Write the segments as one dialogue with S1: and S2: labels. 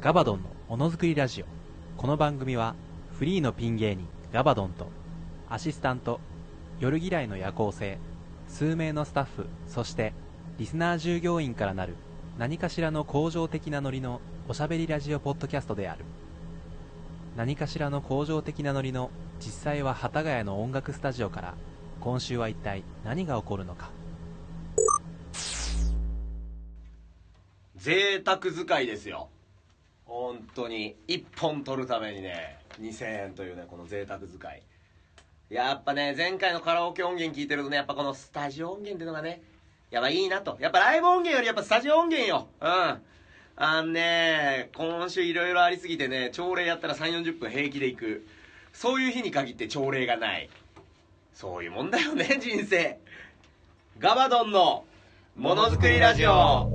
S1: ガバドンのものづくりラジオこの番組はフリーのピン芸人ガバドンとアシスタント夜嫌いの夜行性数名のスタッフそしてリスナー従業員からなる何かしらの向上的なノリのおしゃべりラジオポッドキャストである何かしらの向上的なノリの実際は幡ヶ谷の音楽スタジオから今週は一体何が起こるのか
S2: 贅沢使いですよ本当に1本取るためにね2000円というねこの贅沢使いやっぱね前回のカラオケ音源聞いてるとねやっぱこのスタジオ音源っていうのがねやっぱいいなとやっぱライブ音源よりやっぱスタジオ音源ようんあのね今週いろいろありすぎてね朝礼やったら3 4 0分平気で行くそういう日に限って朝礼がないそういうもんだよね人生ガバドンのものづくりラジオ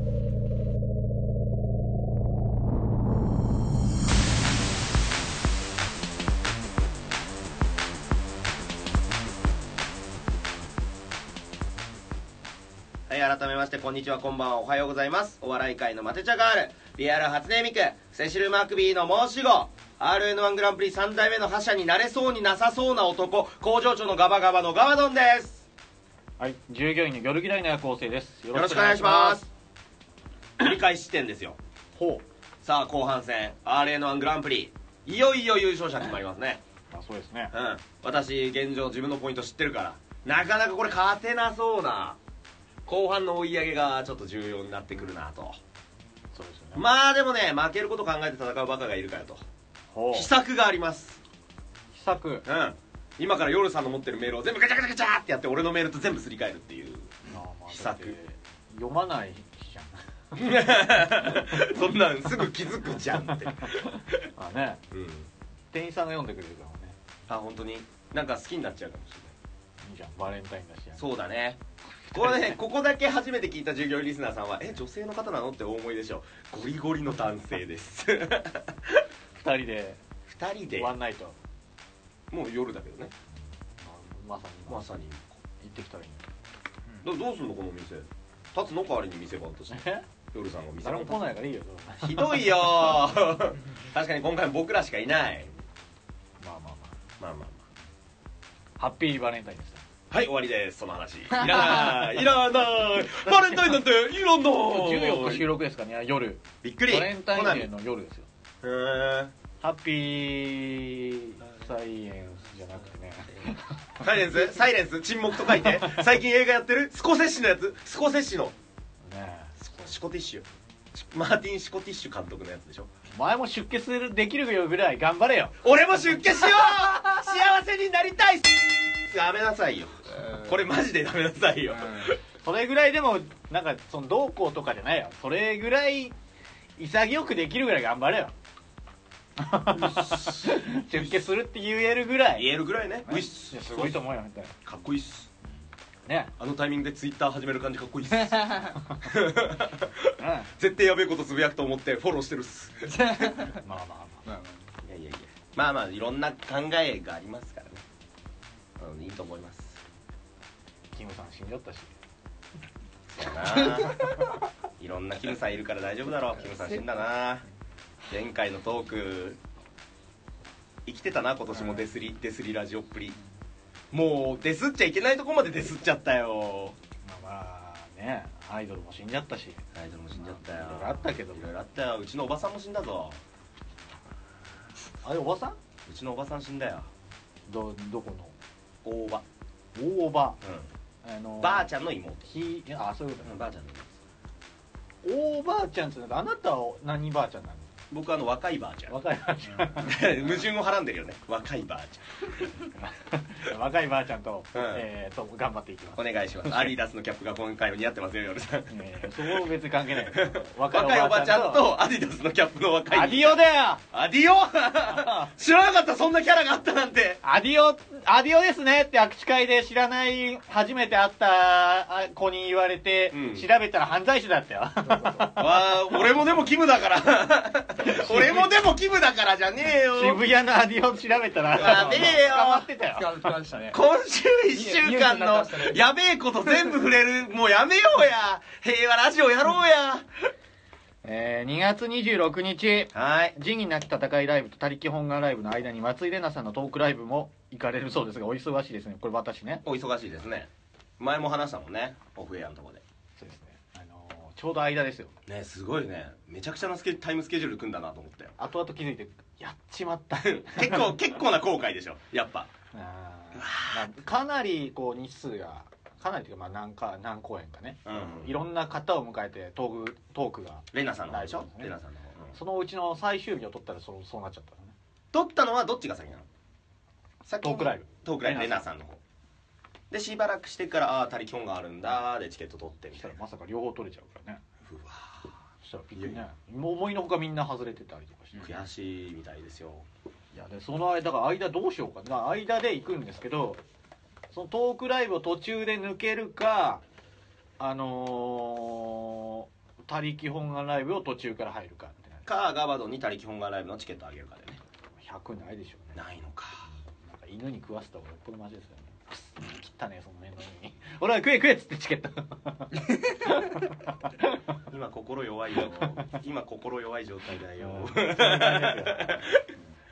S2: はい、改めまして、こんにちは、こんばんは、おはようございます。お笑い界のマテ茶ガール、リアル初音ミク、セシル・マークビーの申し子、RN1 グランプリ3代目の覇者になれそうになさそうな男、工場長のガバガバのガバドンです。
S3: はい、従業員の夜嫌いな夜行性です。よ
S2: よろしくお願いします。。繰り返し点ですよ。
S3: ほ
S2: さあ、後半戦、RN1 グランプリ、いよいよ優勝者決まりますね。
S3: う。あ、そうですね
S2: う。ん。私、現状自分のポイント知ってるから、なかなかこれ勝てなそうな、後半の追い上げがちょっと重要になってくるなと。
S3: そうですよね。
S2: まあでもね、負けること考えて戦うバカがいるからと。
S3: ほう。
S2: 秘策があります。
S3: 秘策。
S2: うん。今から夜さんの持ってるメールを全部ガチャガチャガチャってやって、俺のメールと全部すり替えるって いう。
S3: あまあ
S2: 秘策
S3: だって読まないじ ゃん。
S2: そんなんすぐ気づくじゃんって。
S3: まあね、
S2: うん。
S3: 店員さんが読んでくれるからね。
S2: あ、本当に。なんか好きになっちゃうかもしれない。
S3: いいじゃん、バレンタインだし。
S2: そうだ ね。これね、ここだけ初めて聞いた従業員リスナーさんは、え、女性の方なのってお思いでしょう。ゴリゴリの男性です。
S3: 二人で
S2: 二人で、
S3: ワンナイト。
S2: もう夜だけどね。
S3: まさに、
S2: ま
S3: 行
S2: さに。
S3: ってきたらいいんだ
S2: どどうすんのこの店。立つの代わりに店番として。
S3: え
S2: 夜さんが店
S3: 誰
S2: 番
S3: も
S2: として
S3: 来ないからいいよ。それは
S2: ひどいよ 確かに今回僕らしかいない
S3: まあまあま
S2: まあまあま
S3: あ。ハッピーバレンタインでした。
S2: あはい終わりですその 話いらないいらないバレンタインなんていらない
S3: 14日収録ですかね、夜。
S2: びっくり
S3: バレンタインデー
S2: コ
S3: の夜ですよ。
S2: ナミへ
S3: ハッピーサイエンスじゃなくて ね。
S2: ーサイレンスサイレンス沈黙と書い て最近映画やってるスコセッシのやつスコセッシの
S3: ね
S2: シコティッシュシマーティン・シコティッシュ監督のやつでしょ
S3: お前も出血できるよぐらい頑張れよ
S2: 俺も出家しよう幸せになりたいやめなさいよこれマジでやめなさいよ
S3: それぐらいでもなんかそのどうこうとかじゃないよそれぐらい潔くできるぐらい頑張れよ出血するって言えるぐらい
S2: 言えるぐらいねういっす
S3: いやすごいと思うよみたい
S2: かっこいいっす
S3: なね
S2: あのタイミングでツイッター始める感じかっこいいっす
S3: うんま
S2: 絶対やべえことつぶやくと思ってフォローしてるっす
S3: あまあま
S2: いやいやいやまあまあいろんな考えがありますからねうんいいと思います
S3: あキムさん死んじゃったし
S2: そうやないろんなキムさんいるから大丈夫だろうキムさん死んだな前回のトーク生きてたな今年もデスリデスリラジオっぷりもうデスっちゃいけないとこまでデスっちゃったよ
S3: まあまあねアイドルも死んじゃったし
S2: アイドルも死んじゃった
S3: い
S2: よ
S3: ろいろあったけど
S2: いろいろあったようちのおばさんも死んだぞ
S3: あれおばさん
S2: うちのおばさん死んだよ
S3: どどこの
S2: 大ば
S3: 大おば
S2: う
S3: あの
S2: んばあちゃんの妹
S3: ひあそういうことね
S2: ばあちゃんの妹
S3: 大ばあちゃんってあなたは何ばあちゃんなの
S2: 僕あの若いばあちゃん
S3: 若いばあち
S2: 矛盾をはらんでるよね若いばあち
S3: ゃん若いばあちゃんと,、
S2: うん
S3: えーと頑張っていきま
S2: ゃんお願いしますアリーダスのキャップが今回も似合ってますよ夜さん
S3: す、ねえそこは別に関係ない
S2: 若いおばちゃんとアディダスのキャップの若い
S3: アディオだよ
S2: アディオ 知らなかったそんなキャラがあったなんて
S3: アディオアディオですねって握手会で知らない初めて会った子に言われて、
S2: うん
S3: 調べたら犯罪者だっ たよ
S2: わあ俺もでもキムだから俺もでもキムだからじゃねえよ
S3: 渋谷のアディオ調べたら
S2: やべえよ
S3: 捕まってたよ
S4: 使う使いましたね。
S2: 今週1週間
S4: ニュ
S2: の
S4: ースになってましたね
S2: やべえこと全部触れるもうやめようや平和ラジオやろうや
S3: えー、2月26日
S2: はい
S3: 仁義なき戦いライブと他力本願ライブの間に松井玲奈さんのトークライブも行かれるそうですがお忙しいですねこれ私ね
S2: お忙しいですね前も話したもんねオフエアのとこで
S3: そうですね、あのーちょうど間ですよ
S2: ねすごいねめちゃくちゃなスケタイムスケジュール組んだなと思ったよ
S3: 後々気づいてやっちまった
S2: 結構結構な後悔でしょやっぱ
S3: あーまあかなりこう日数がかなりというかまあ何か何公演かね、
S2: うん
S3: いろんな方を迎えてトークトークが
S2: レナさんの方でしょ
S3: 大丈夫ですね
S2: レナさんの方、うん
S3: そのうちの最終日を取ったらそうそうなっちゃったのね
S2: 撮ったのはどっちが先なの先に
S3: トークライブ
S2: トークライブレ
S3: レ
S2: ナ
S3: ナ
S2: さ
S3: さ
S2: んの方でしばらくしてからああー他力本があるんだーでチケット取ってみ
S3: そしたた
S2: い
S3: ら
S2: な
S3: まさか両方取れちゃうからね
S2: うわ
S3: そしたらびっくりねもう思いのほかみんな外れてたりとかして、
S2: ー悔しいみたいですよ
S3: いやでその間だから間どうしようかな間で行くんですけどそのトークライブを途中で抜けるかあのー「他力本願ライブ」を途中から入るかってなる
S2: かガバドンに他力本がライブのチケットあげるかでね
S3: 100ないでしょうね
S2: ないのか
S3: なんか犬に食わせた方がよっぽどマジですよねくっ切ったねその辺のに俺は食え食えっつってチケット
S2: 今心弱いよ今心弱い状態 だよ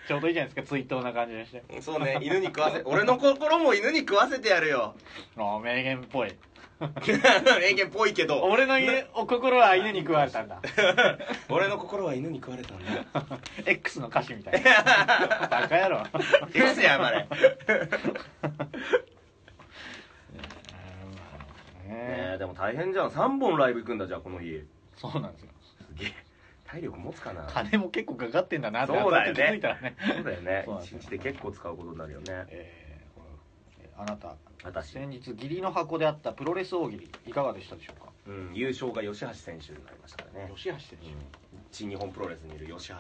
S3: ちょうどいいじゃないですか追悼な感じでして
S2: そうね犬に食わせ俺の心も犬に食わせてやるよ
S3: ああ名言っぽい
S2: 名言っぽいけど
S3: 俺の犬お心は犬に食われた んだ
S2: 俺の心は犬に食われたんだ
S3: X の歌詞みたいなバカ野郎
S2: いややまれねえでも大変じゃん3本ライブ行くんだじゃあこの日
S3: そうなんですよ
S2: すげえ体力持つかな
S3: 金も結構かかってんだなって
S2: そうだよね
S3: 後々気づいたらね
S2: そうだよね
S3: そうなんです
S2: 一
S3: よ
S2: 日で結構使うことになるよね
S3: えーこれえーあなた
S2: 私
S3: 先日義理の箱であったプロレス大喜利いかがでしたでしょうか
S2: うん優勝が吉橋選手になりましたからね
S3: 吉橋選手
S2: 新日本プロレスにいる吉橋っ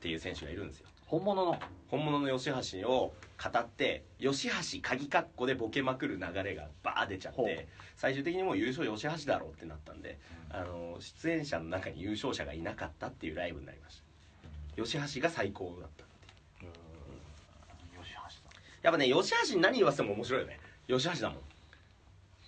S2: ていう選手がいるんですよ
S3: 本物の
S2: 本物の吉橋を語って吉橋鍵括弧でボケまくる流れがバー出ちゃっ
S3: ほう
S2: て最終的にもう優勝吉橋だろうってなったんで、あの出演者の中に優勝者がいなかったっていうライブになりました吉橋が最高だった
S3: 吉橋さ
S2: やっぱね吉橋に何言わせても面白いよね吉橋だもん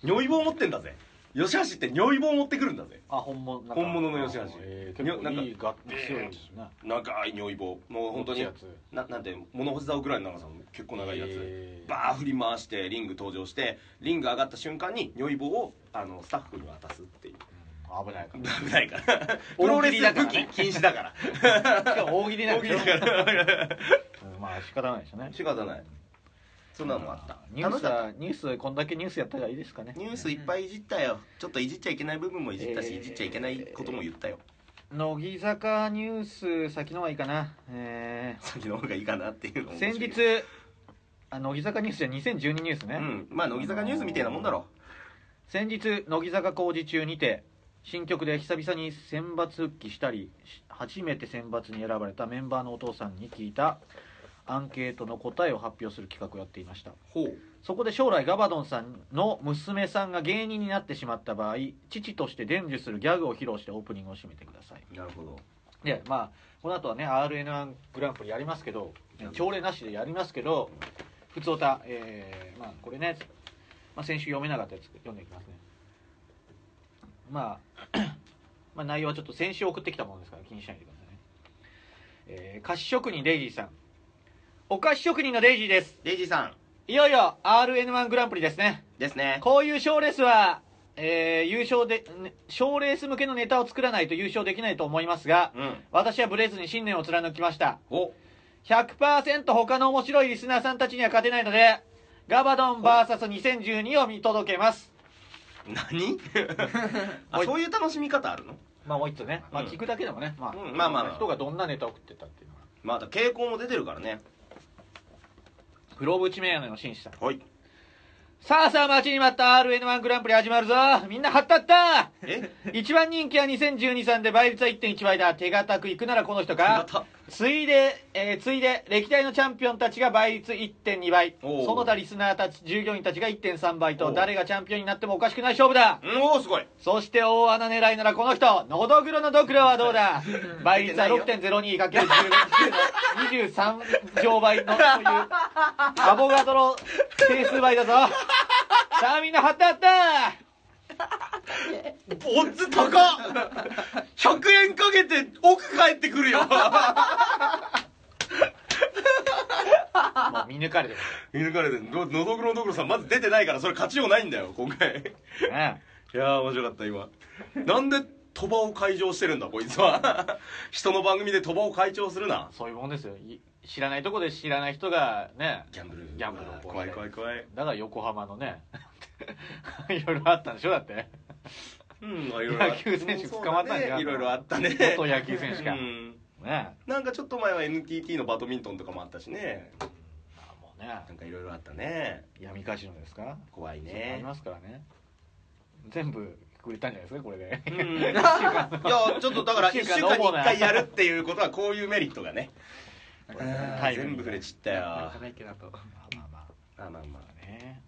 S2: 如意棒持ってんだぜ吉橋って如意棒持ってくるんだぜ
S3: んあ本物なんか
S2: 本物の吉橋
S3: えー結構いいが強いですね
S2: 長い如意棒もう本当に
S3: 大きいや
S2: ななんて物干し竿ぐらいの長さの結構長いやつ、
S3: えー
S2: バー振り回してリング登場してリング上がった瞬間に如意棒をあのスタッフに渡すっていう
S3: 危ないか
S2: 危ないから プロレス武器禁止だから
S3: らしかも大喜利な ん
S2: 大
S3: で
S2: 喜
S3: しょ
S2: 利だから
S3: うんまあ仕方ないですよ ね
S2: 仕方ないそんなのもあった
S3: ニュ
S2: 楽
S3: ー
S2: し
S3: ス
S2: かった
S3: はニュースこんだけニュースやったらいいですかね
S2: ニュースいっぱいいじったよちょっといじっちゃいけない部分もいじったし、
S3: えー
S2: いじっちゃいけないことも言ったよ
S3: 乃木坂ニュース先の方がいいかなえ
S2: さっきの方がいいかなっていうの
S3: ー
S2: も
S3: 先日あ乃木坂ニュースじゃ2012ニュースね、
S2: うんまあ乃木坂ニュースみたいなもんだろ
S3: 先日乃木坂工事中にて新曲で久々に選抜復帰したりし初めて選抜に選ばれたメンバーのお父さんに聞いたアンケートの答えを発表する企画をやっていました
S2: ほう
S3: そこで将来ガバドンさんの娘さんが芸人になってしまった場合父として伝授するギャグを披露してオープニングを締めてください
S2: なるほど
S3: でまあこの後はね r n 1グランプリやりますけど朝礼なしでやりますけど普通歌、えーまあ、これね、まあ、先週読めなかったやつ読んでいきますね、まあ、 まあ内容はちょっと先週送ってきたものですから気にしないでくださいね、えー菓子職人レイジーさんお菓子職人のレイジーです
S2: レイジーさん
S3: いよいよ r n 1グランプリですね
S2: ですね
S3: こういう賞レースは、えー優勝で賞レース向けのネタを作らないと優勝できないと思いますが、
S2: うん
S3: 私はブレずに信念を貫きました。
S2: お
S3: 100%他の面白いリスナーさんたちには勝てないので、ガバドン VS2012 を見届けます。
S2: 何 あ
S3: おい
S2: そういう楽しみ方あるの
S3: まあもう一つね、ま
S2: う
S3: あ
S2: ん
S3: 聞くだけでもね、まあ、
S2: うんまあまあまあ
S3: 人がどんなネタを送ってたっていうのは。
S2: また傾向も出てるからね
S3: 黒縁メガネの紳士さん。
S2: はい
S3: さあさあ待ちに待った RN1 グランプリ始まるぞみんな張ったった
S2: え
S3: 一番人気は2012さんで倍率は1.1倍だ。手堅くいくならこの人か
S2: 手堅。
S3: ついで、えーついで、歴代のチャンピオンたちが倍率1.2倍。
S2: おう
S3: その他リスナーたち、従業員たちが1.3倍
S2: お
S3: と、
S2: う
S3: 誰がチャンピオンになってもおかしくない勝負だ。
S2: うんおおすごい
S3: そして大穴狙いならこの人、のどぐろのドクロはど うだ倍率は 6.02×10 の23乗倍のという、アボガ ドの定数倍だぞ。さあみんな張った張った
S4: って
S2: ボッツ高っ !100 円かけて奥帰ってくるよ
S3: もう見抜かれてま
S2: 見抜かれてののどぐろのどぐろさんまず出てないからそれ勝ちようないんだよ今回
S3: すね
S2: いやー面白かった今なんで鳥羽を開場してるんだこいつは人の番組で鳥羽を会長するな
S3: そういうもんですよい知らないとこで知らない人がね
S2: ギャンブル
S3: ギャンブルを
S2: 怖い怖い怖い
S3: だから横浜のね いろいろあったんでしょだって
S2: うん
S3: 野球選手捕まったんじゃん
S2: いろいろあった ね
S3: 元野球選手
S2: う
S3: が、
S2: ん
S3: ね
S2: なんかちょっと前は NTT のバドミントンとかもあったしね
S3: あもうね
S2: なんかいろいろあったね
S3: 闇カジノですか
S2: 怖い
S3: そういうのあり
S2: ね
S3: ますからね全部くれたんじゃないですかこれで
S2: うん いやちょっとだ から1週間に1回やるっていうことはこういうメリットがね
S3: なん
S2: う
S3: か
S2: ん
S3: ね
S2: 全部触れちったよ
S4: なかなかだと
S3: まあまあま
S2: まあまあまあ
S3: あね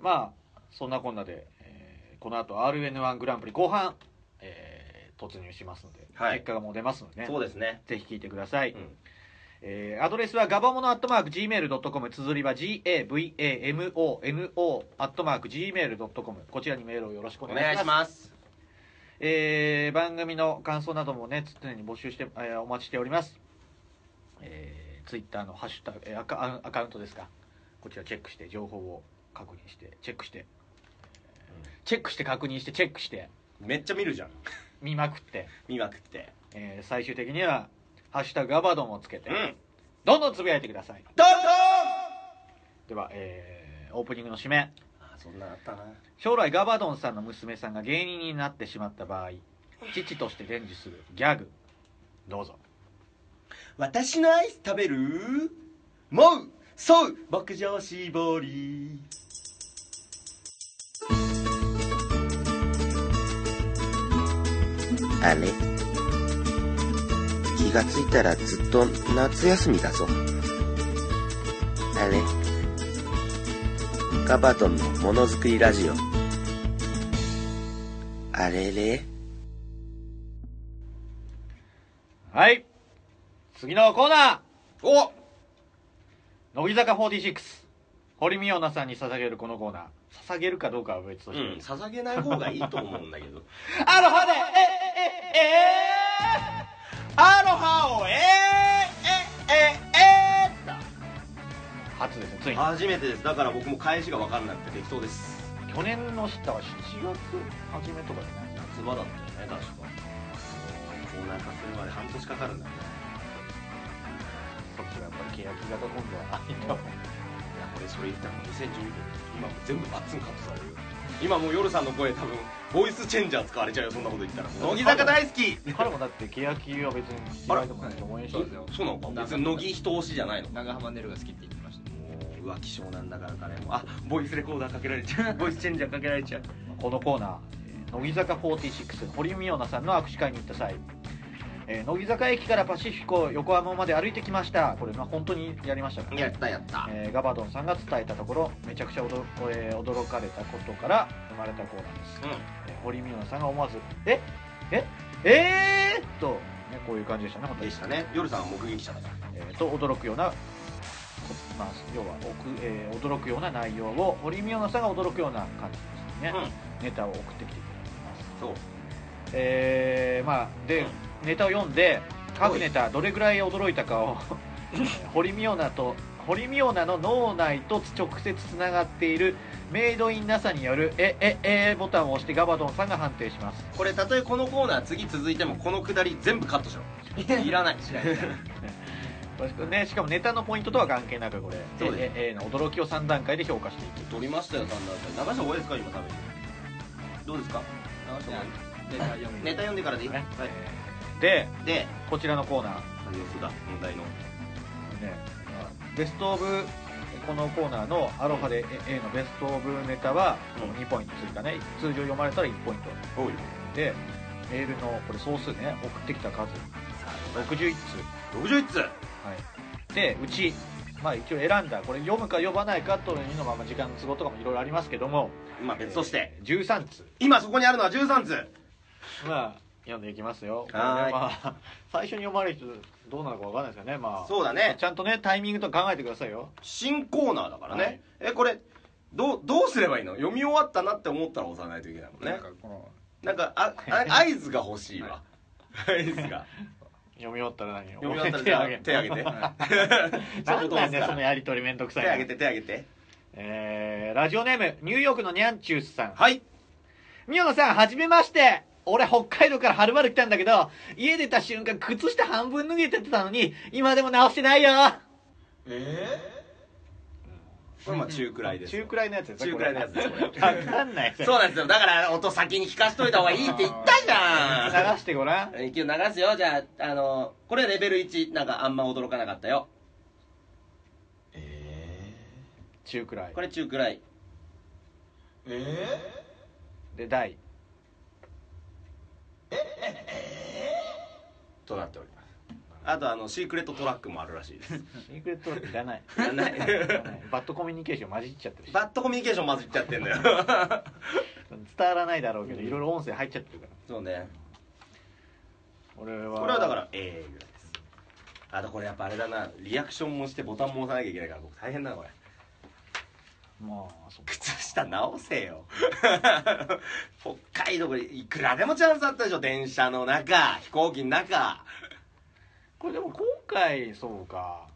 S3: まあそんなこんなで、えーこの後 RN1 グランプリ後半、えー突入しますので、
S2: はい
S3: 結果がもう出ますのでね
S2: そうですね
S3: ぜひ聞いてください、
S2: うん
S3: えーアドレスはガバモノアットマーク Gmail.com 綴りは GAVAMONO アットマーク Gmail.com こちらにメールをよろしくお
S2: お
S3: 願いしま
S2: 願い
S3: す
S2: します
S3: えー番組の感想などもね常に募集して、えーお待ちしておりますえー、ツイッターのハッシュタグ、えーアカアカウントですかこちらチェックして情報を確認してチェックして、チェックして確認してチェックして
S2: めっちゃ見るじゃん
S3: 見まくって、
S2: 見まくって
S3: えー最終的には「ハッシュタグガバドン」をつけて、
S2: うん
S3: どんどんつぶやいてください
S2: どんどん
S3: では、えーオープニングの締め
S2: あそんなあったな
S3: 将来ガバドンさんの娘さんが芸人になってしまった場合父として伝授するギャグどうぞ
S2: 私のアイス食べるもうそう牧場絞り
S5: あれ気がついたらずっと夏休みだぞ。あれガバドンのものづくりラジオ。あれれ
S3: はい次のコーナー
S2: お
S3: 乃木坂46堀美央奈さんに捧げるこのコーナー捧げるかどうかは別
S2: う
S3: として、
S2: ん捧げない方がいいと思うんだけど
S3: アロハでええええアロハをえええええ初ですねついに
S2: 初めてですだから僕も返しが分かんなくて適当です
S3: 去年の下は7月初めとかじゃない
S2: 夏場だったよね確かお腹するまで半年かかるんだね
S3: そっちがやっぱり欅坂今度はあいた
S2: いや俺それ言ったらもう2012年今もう全部バッツンカットされるよ今もう夜さんの声多分ボイスチェンジャー使われちゃうよそんなこと言ったら乃木坂大好き
S3: 彼もだって欅は別に嫌いでもないし応援し
S4: そ
S3: て
S4: う
S3: る
S4: ですよ
S2: そうなのか別に乃木人推しじゃないの
S4: 長浜ねるが好きって言ってました
S2: もう浮気症なんだから彼もあボイスレコーダーかけられちゃうボイスチェンジャーかけられちゃう
S3: このコーナーえー乃木坂46堀美央奈さんの握手会に行った際、えー乃木坂駅からパシフィコ横浜まで歩いてきましたこれ、まあ、本当にやりましたから
S2: やっ
S3: ね、
S2: たやった
S3: えーガバドンさんが伝えたところめちゃくちゃ驚,、えー驚かれたことから生まれたコーナーです、
S2: う
S3: えー堀美央奈さんが思わず「えええー、と、ね、こういう感じでしたね本
S2: ん
S3: 当に
S2: でしたね夜さんは目撃者だから
S3: えーと驚くような、こまあ、要は、おくえー驚くような内容を堀美央奈さんが驚くような感じですね、ネタを送ってきていただきます
S2: そう
S3: えーまあで、ネタを読んで各ネタどれぐらい驚いたか を堀美央奈と堀美央奈の脳内と直接つながっているメイドインナサによる「えええボタンを押してガバドンさんが判定します
S2: これたとえこのコーナー次続いてもこのくだり全部カットしろいらない
S3: ね、しかもネタのポイントとは関係なくこれ「
S2: そうです
S3: ええええの驚きを3段階で評価していく
S2: 取りましたよサンダーさん流した方がいいですか今食べてどうですか流した方がい
S4: ネタ読む
S2: いネタ読んでからでいい、
S3: ね
S2: はい
S3: で
S2: で
S3: こちらのコーナー
S2: 何をすだ問題の
S3: ね、まあベストオブこのコーナーの「アロハで A のベストオブネタは
S2: うん
S3: 2ポイント追加ね通常読まれたら1ポイント
S2: おい
S3: でメールのこれ総数ね送ってきた数61通、
S2: 61通
S3: はい、でうち、まあ、一応選んだこれ読むか読まないかというのもまあ時間の都合とかもいろいろありますけども
S2: まあ別として
S3: えー13通
S2: 今そこにあるのは13通
S3: まあ読んでいきますよ
S2: はーい
S3: まあ、最初に読まれる人どうなのかわかんないですかねまあ
S2: そうだね
S3: ちゃんとねタイミングとか考えてくださいよ
S2: 新コーナーだからね、
S3: はい
S2: えこれどうどうすればいいの読み終わったなって思ったら押さないといけないもん
S4: な
S2: ね
S4: んかこの
S2: なんかああ合図が欲しいわ合図 が
S3: 読み終わったら何
S2: 読み終わった ら
S3: 俺
S2: 手あげて ちょっと
S3: なん
S2: どう
S3: な
S2: す
S3: んだ
S2: か
S3: よそのやりとりめんどくさ
S2: 手
S3: いな
S2: あげて手あげて
S3: えー、ラジオネームニューヨークのニャンチュースさん
S2: はい
S3: 宮野さんはじめまして俺北海道からはるばる来たんだけど家出た瞬間靴下半分脱げてたのに今でも直してないよ
S2: これまあ中くらいです
S3: 中くらいのやつですね
S2: 中くらいのやつですこれ
S3: これわかんない
S2: そうなんですよだから音先に聞かしといた方がいいって言ったじゃん
S3: 探してごら ん
S2: 一応流すよじゃああのこれレベル1なんかあんま驚かなかったよ
S3: 中くらい
S2: これ中くらい
S3: で第
S2: となっておりますあとあのシークレットトラックもあるらしいです
S3: シークレットロック いらない
S2: いらない
S3: バッドコミュニケーション混じっちゃってるし
S2: バッドコミュニケーション混じっちゃってんだよ
S3: 伝わらないだろうけどいろいろ音声入っちゃってるから
S2: そうね
S3: 俺は
S2: これはだからええぐらいですあとこれやっぱあれだなリアクションもしてボタンも押さなきゃいけないから僕大変だなこれ
S3: まあそっか
S2: 靴下直せよ 北海道いくらでもチャンスあったでしょ電車の中飛行機の中
S3: これでも今回そうか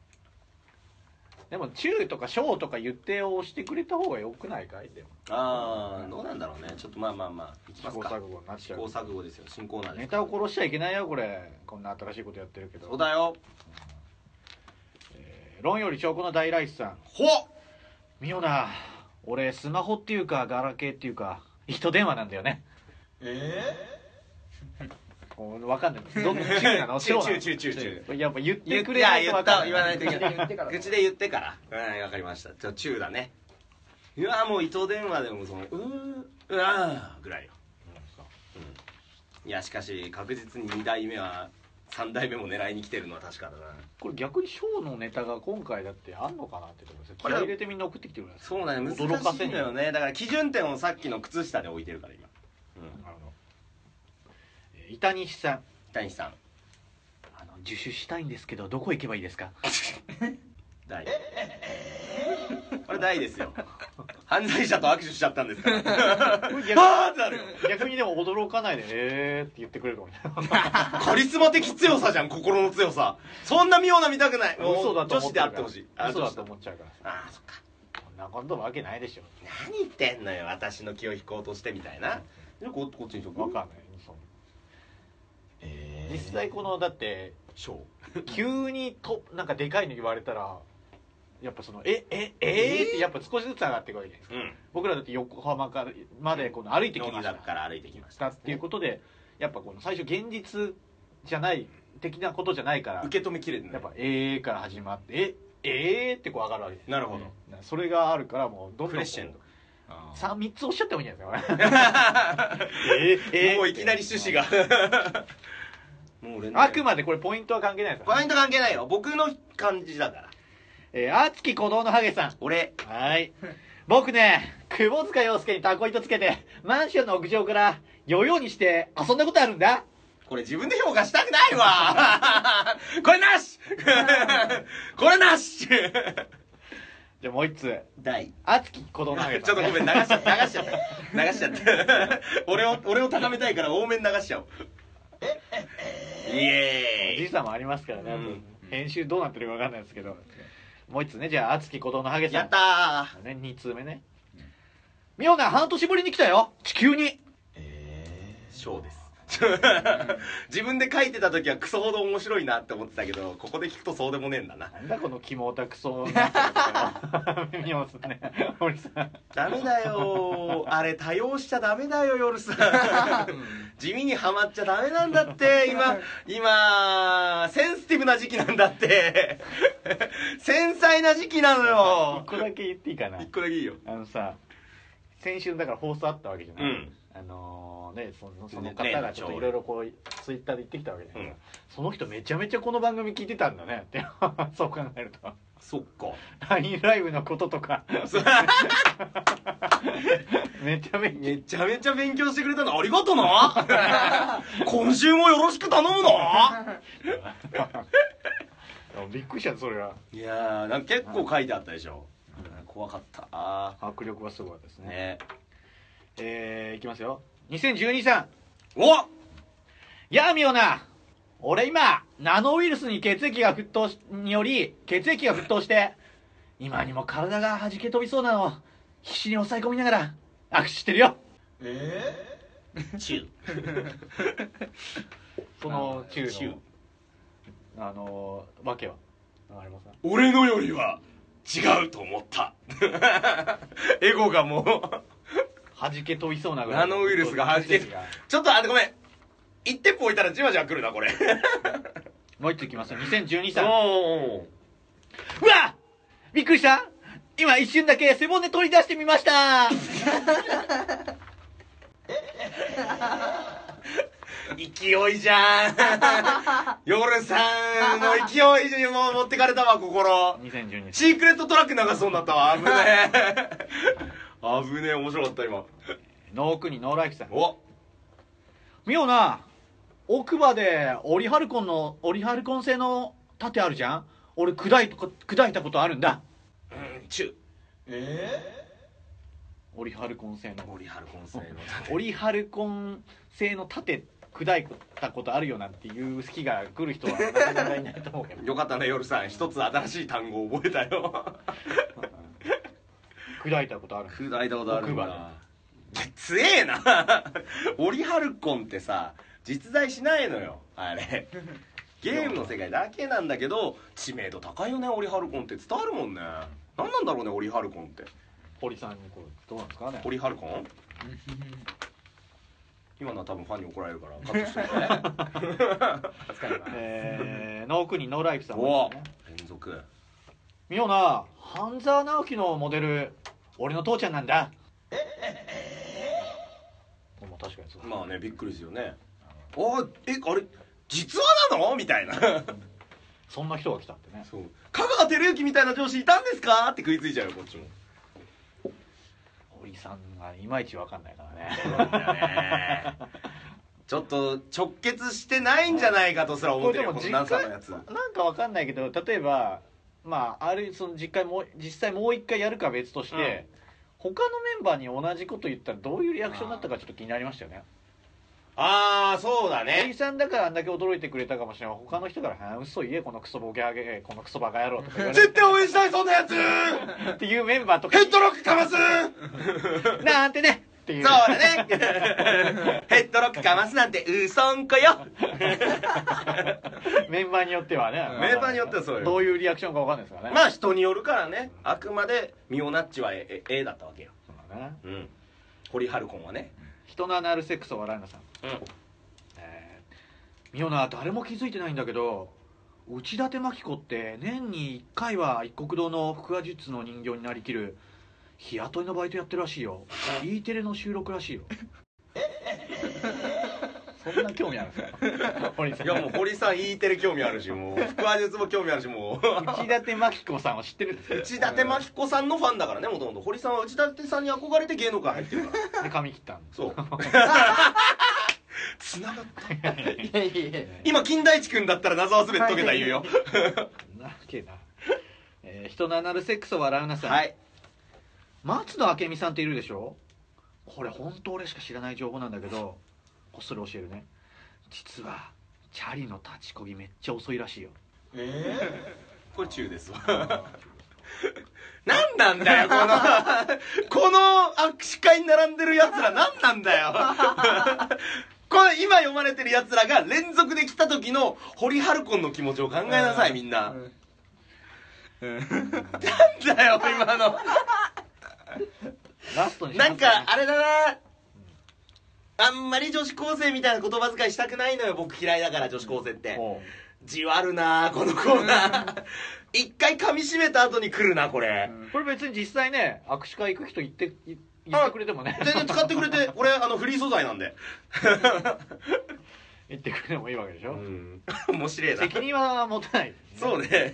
S3: でも中とか小とか言ってをしてくれた方がよくないかいでも
S2: ああどうなんだろうねちょっとまあまあまあいき
S3: 試
S2: ます
S3: 行
S2: か
S3: 錯誤になっち
S2: 試
S3: ゃ
S2: 行
S3: う
S2: 錯誤ですよ新コーナーで
S3: ネ
S2: す
S3: タを殺しちゃいけないよこれこんな新しいことやってるけど
S2: そうだよ
S3: えー論より証拠の大ライスさん
S2: ほっ
S3: ミオナ俺スマホっていうかガラケーっていうか糸電話なんだよね ええ分かんないどんどん中な の
S2: チュ
S3: 白
S2: ー
S3: な
S2: チューチューチューチュー
S3: のやっぱ言っ
S2: 言
S3: て
S2: って
S3: く
S2: い
S3: れ
S2: や
S3: ない
S2: 言
S3: と
S2: っ
S3: 分
S2: た
S3: かん
S2: 言わ
S3: な
S2: ないいといけない口で言ってからはいわかりましたじゃあチューだねいやもう糸電話でもそのうーうわーぐらいよいやしかし確実に2代目は3代目も狙いに来てるのは確かだな
S3: これ逆にショーのネタが今回だってあんのかなってところです
S2: こ
S3: こ
S2: れ
S3: れ入れてみんな送ってきてくれ
S2: そうなんや
S3: 驚か
S2: 難し
S3: せ
S2: い
S3: に
S2: んだよねだから基準点をさっきの靴下で置いてるから今うん
S3: なるほどえー板西さん
S2: 谷さん
S3: あの自首したいんですけどどこ行けばいいで すか
S2: 大これ大 ですよ犯罪者と握手しちゃったんですからあーってなるよ
S3: 逆にでも驚かないで「えー」って言ってくれるかもしれない
S2: カリスマ的強さじゃん心の強さそんな妙な見たくないもう
S3: 嘘だと
S2: 女子
S3: 思っ
S2: で
S3: て
S2: あ
S3: る
S2: ってほしい
S3: から嘘だと
S2: 女子
S3: 思っちゃうから
S2: ああそっか
S3: こんなことわけないでしょ
S2: 何言ってんのよ私の気を引こうとしてみたいなじゃあここっちにしとく
S3: わかんないそんな実際このだって
S2: ショー
S3: 急にとなんかでかいの言われたらやっぱその「ええええってやっぱ少しずつ上がっていくわけじゃないですか
S2: うん
S3: 僕らだって横浜からまでこの歩いてき
S2: 乃
S3: ま
S2: 木
S3: した
S2: 坂から歩いてきま
S3: し
S2: した
S3: たっていうことでやっぱこの最初現実じゃない的なことじゃないから
S2: 受け止めきれてない
S3: やっぱ「ええ」から始まって「えええー」ってこう上がるわけです
S2: なるほど
S3: それがあるからもうどんどん
S2: クレッシェンド
S4: あー
S3: 3, 三つおっしゃってもいいんじゃないですかえーえー
S2: もういきなり趣旨がもう俺の
S3: あくまでこれポイントは関係ないです
S2: ポイント関係ないよ僕の感じだから
S3: えー、熱き鼓動のハゲさん
S2: 俺
S3: はい。僕ね、窪塚洋介にタコ糸つけて、マンションの屋上から、ヨーヨーにして遊んだことあるんだ。
S2: これ自分で評価したくないわ これなしこれなし
S3: じゃあもう一つ、
S2: 第
S3: 熱き鼓動のハゲ
S2: ち
S3: さ
S2: ょっ
S3: ん、
S2: とごめん流しちゃ った流しちゃった流しちゃった俺を俺を高めたいから多めに流しちゃおうイエー
S3: 時
S2: イ
S3: 差もありますからね、
S2: うん
S3: 編集どうなってるかわかんないですけど。もう一つね、じゃあ熱き鼓動のハゲさん。
S2: やった
S3: ね、二通目ね。妙な半年ぶりに来たよ地球に
S2: ーショーです 自分で書いてた時はクソほど面白いなって思ってたけどここで聞くとそうでもねえんだな
S3: なんだこのキモオタクソな んか妙ですね。森さん。
S2: ダメだよーあれ多用しちゃダメだよ夜さん地味にはまっちゃダメなんだって今今センシティブな時期なんだって繊細な時期なのよ
S3: 一個だけ言っていいかな
S2: 一個だけいいよ
S3: あのさ先週だから放送あったわけじゃない、
S2: うん
S3: あのねそのその
S2: 例
S3: 方
S2: の
S3: が
S2: ち
S3: ち
S2: ょ
S3: ょ
S2: う
S3: っ
S2: ど
S3: といろいろこうツイッターで言ってきたわけじゃない、
S2: うん
S3: その人めちゃめちゃこの番組聞いてたんだね ってそう考えると
S2: そっか
S3: LINE ライブのこととか めちゃめち
S2: めちゃ
S3: ゃ
S2: めちゃ勉強してくれたのありがとな今週もよろしく頼むな
S3: びっくりしたそれはい
S2: やーなんか結構書いてあったでしょ怖かったあ
S3: 迫力がすごいです
S2: ー
S3: ね
S2: ね
S3: えー、いきますよ2012さん
S2: お
S3: やあみよな俺今ナノウイルスに血液が沸騰しにより血液が沸騰して今にも体が弾け飛びそうなのを必死に抑え込みながら握手してるよ
S2: チュー
S3: その中
S2: チュー
S3: のあのー、わけはありますか
S2: 俺のよりは違うと思った エゴがも
S3: 弾け飛びそうなぐらい
S2: ナノウイルスが弾け
S3: 血液が
S2: うちょっとあごめん一店舗置いたらじわじわ来るなこ れ
S3: もう一ついきます よ2012さん
S2: お
S3: うわびっくりした今一瞬だけ背骨取り出してみました
S2: 勢いじ ゃん夜さんの勢いにもう持ってかれたわ心
S3: 2012
S2: シークレットトラック流しそうになったわ危ね え危ねえ面白かった今
S3: ノークにノーライフさん
S2: お
S3: 妙な奥歯でオリハルコンのオリハルコン製の盾あるじゃん俺砕いたこ砕いたことあるんだ
S2: うんチュ
S3: オリハルコン製の
S2: オリハルコン製の
S3: オリハルコン製の盾砕いたことあるよなんていう好きが来る人はなかなかいないと思うけど
S2: よかったね夜さん一つ新しい単語覚えたよ
S3: 砕いたことある
S2: 砕いたことあるん
S3: 奥
S2: だ
S3: 歯
S2: け強えな オリハルコンってさ実在しないのよあれゲームの世界だけなんだけど知名度高いよねオリハルコンって伝わるもんね何なんだろうねオリハルコンって
S3: 堀さんにこうどうなんですかね
S2: オリハルコン今のは多分ファンに怒られるからカットして ね
S4: 疲れます
S3: えー、ノークにノーライフさん
S2: お
S3: も
S2: お
S3: ですね
S2: 連続
S3: 妙な半沢直樹のモデル俺の父ちゃんなんだえもう確かにそう
S2: まあねびっくりですよねああえあれ実話なのみたいな
S3: そんな人が来たってね
S2: そう香川照之みたいな上司いたんですかって食いついちゃうよこっちも
S3: 堀さんがいまいちわかんないからね
S2: ちょっと直結してないんじゃないかとすら思ってるよこのナンサーのやつ
S3: なんかわかんないけど例えばまああるその実回もう実際もう一回やるかは別として、他のメンバーに同じこと言ったらどういうリアクションだったかちょっと気になりましたよね
S2: ああそうだ
S3: 堀さんだからあんだけ驚いてくれたかもしれない他の人から「あ嘘言えこのクソボケあげこのクソバカ野郎」とか言われ
S2: 絶対応援したいそんなやつ
S3: るっていうメンバーとか
S2: ヘッドロックかますそう
S3: なんてねっていう
S2: だね ヘッドロックかますなんてうそんこよ
S3: メンバーによってはね
S2: メンバーによってはそうよ
S3: どういうリアクションかわかんないですからね
S2: まあ人によるからねあくまでミオナッチは A, A だったわけよ
S3: そうだね
S2: うん堀春コンはね
S3: 人のアナルセックスを笑いなさん
S2: うん
S3: えーミオナ誰も気づいてないんだけど内館牧子って年に1回は一国堂の腹話術の人形になりきる日雇いのバイトやってるらしいよ E テレの収録ら しいよそんな興味あるんですか堀さ
S2: いやもう堀さん E テレ興味あるしもう腹話術も興味あるしもう
S3: 内館牧子さんを知ってるんですよ
S2: 内館真彦さんのファンだからねもともと堀さんは内館さんに憧れて芸能界入ってる から
S3: で髪切ったん
S2: そうつながった
S4: いやいやいや
S2: 今金田一君だったら謎は全て解けた言うよ
S3: なわけな、えー人のアナルセックスを笑うなさ い、
S2: はい
S3: 松野明美さんっているでしょこれ本当俺しか知らない情報なんだけどこっそり教えるね実はチャリの立ちこぎめっちゃ遅いらしいよ
S2: これ中ですわ何なんだよこ のこの握手会に並んでるやつら何なんだ よこれ今読まれてるやつらが連続で来た時の堀春子の気持ちを考えなさいみんななんだよ今の
S3: ラストにします
S2: なんかあれだなあんまり女子高生みたいな言葉遣いしたくないのよ僕嫌いだから女子高生って
S3: おう
S2: じわるなこのコーナー一回噛み締めた後に来るなこれ、
S3: これ別に実際ね握手会行く人言ってい言ってくれてもね
S2: 全然使ってくれて俺あのフリー素材なんで、
S3: 言ってくれてもいいわけでしょ、
S2: 面白いな
S3: 責任は持たない
S2: そうね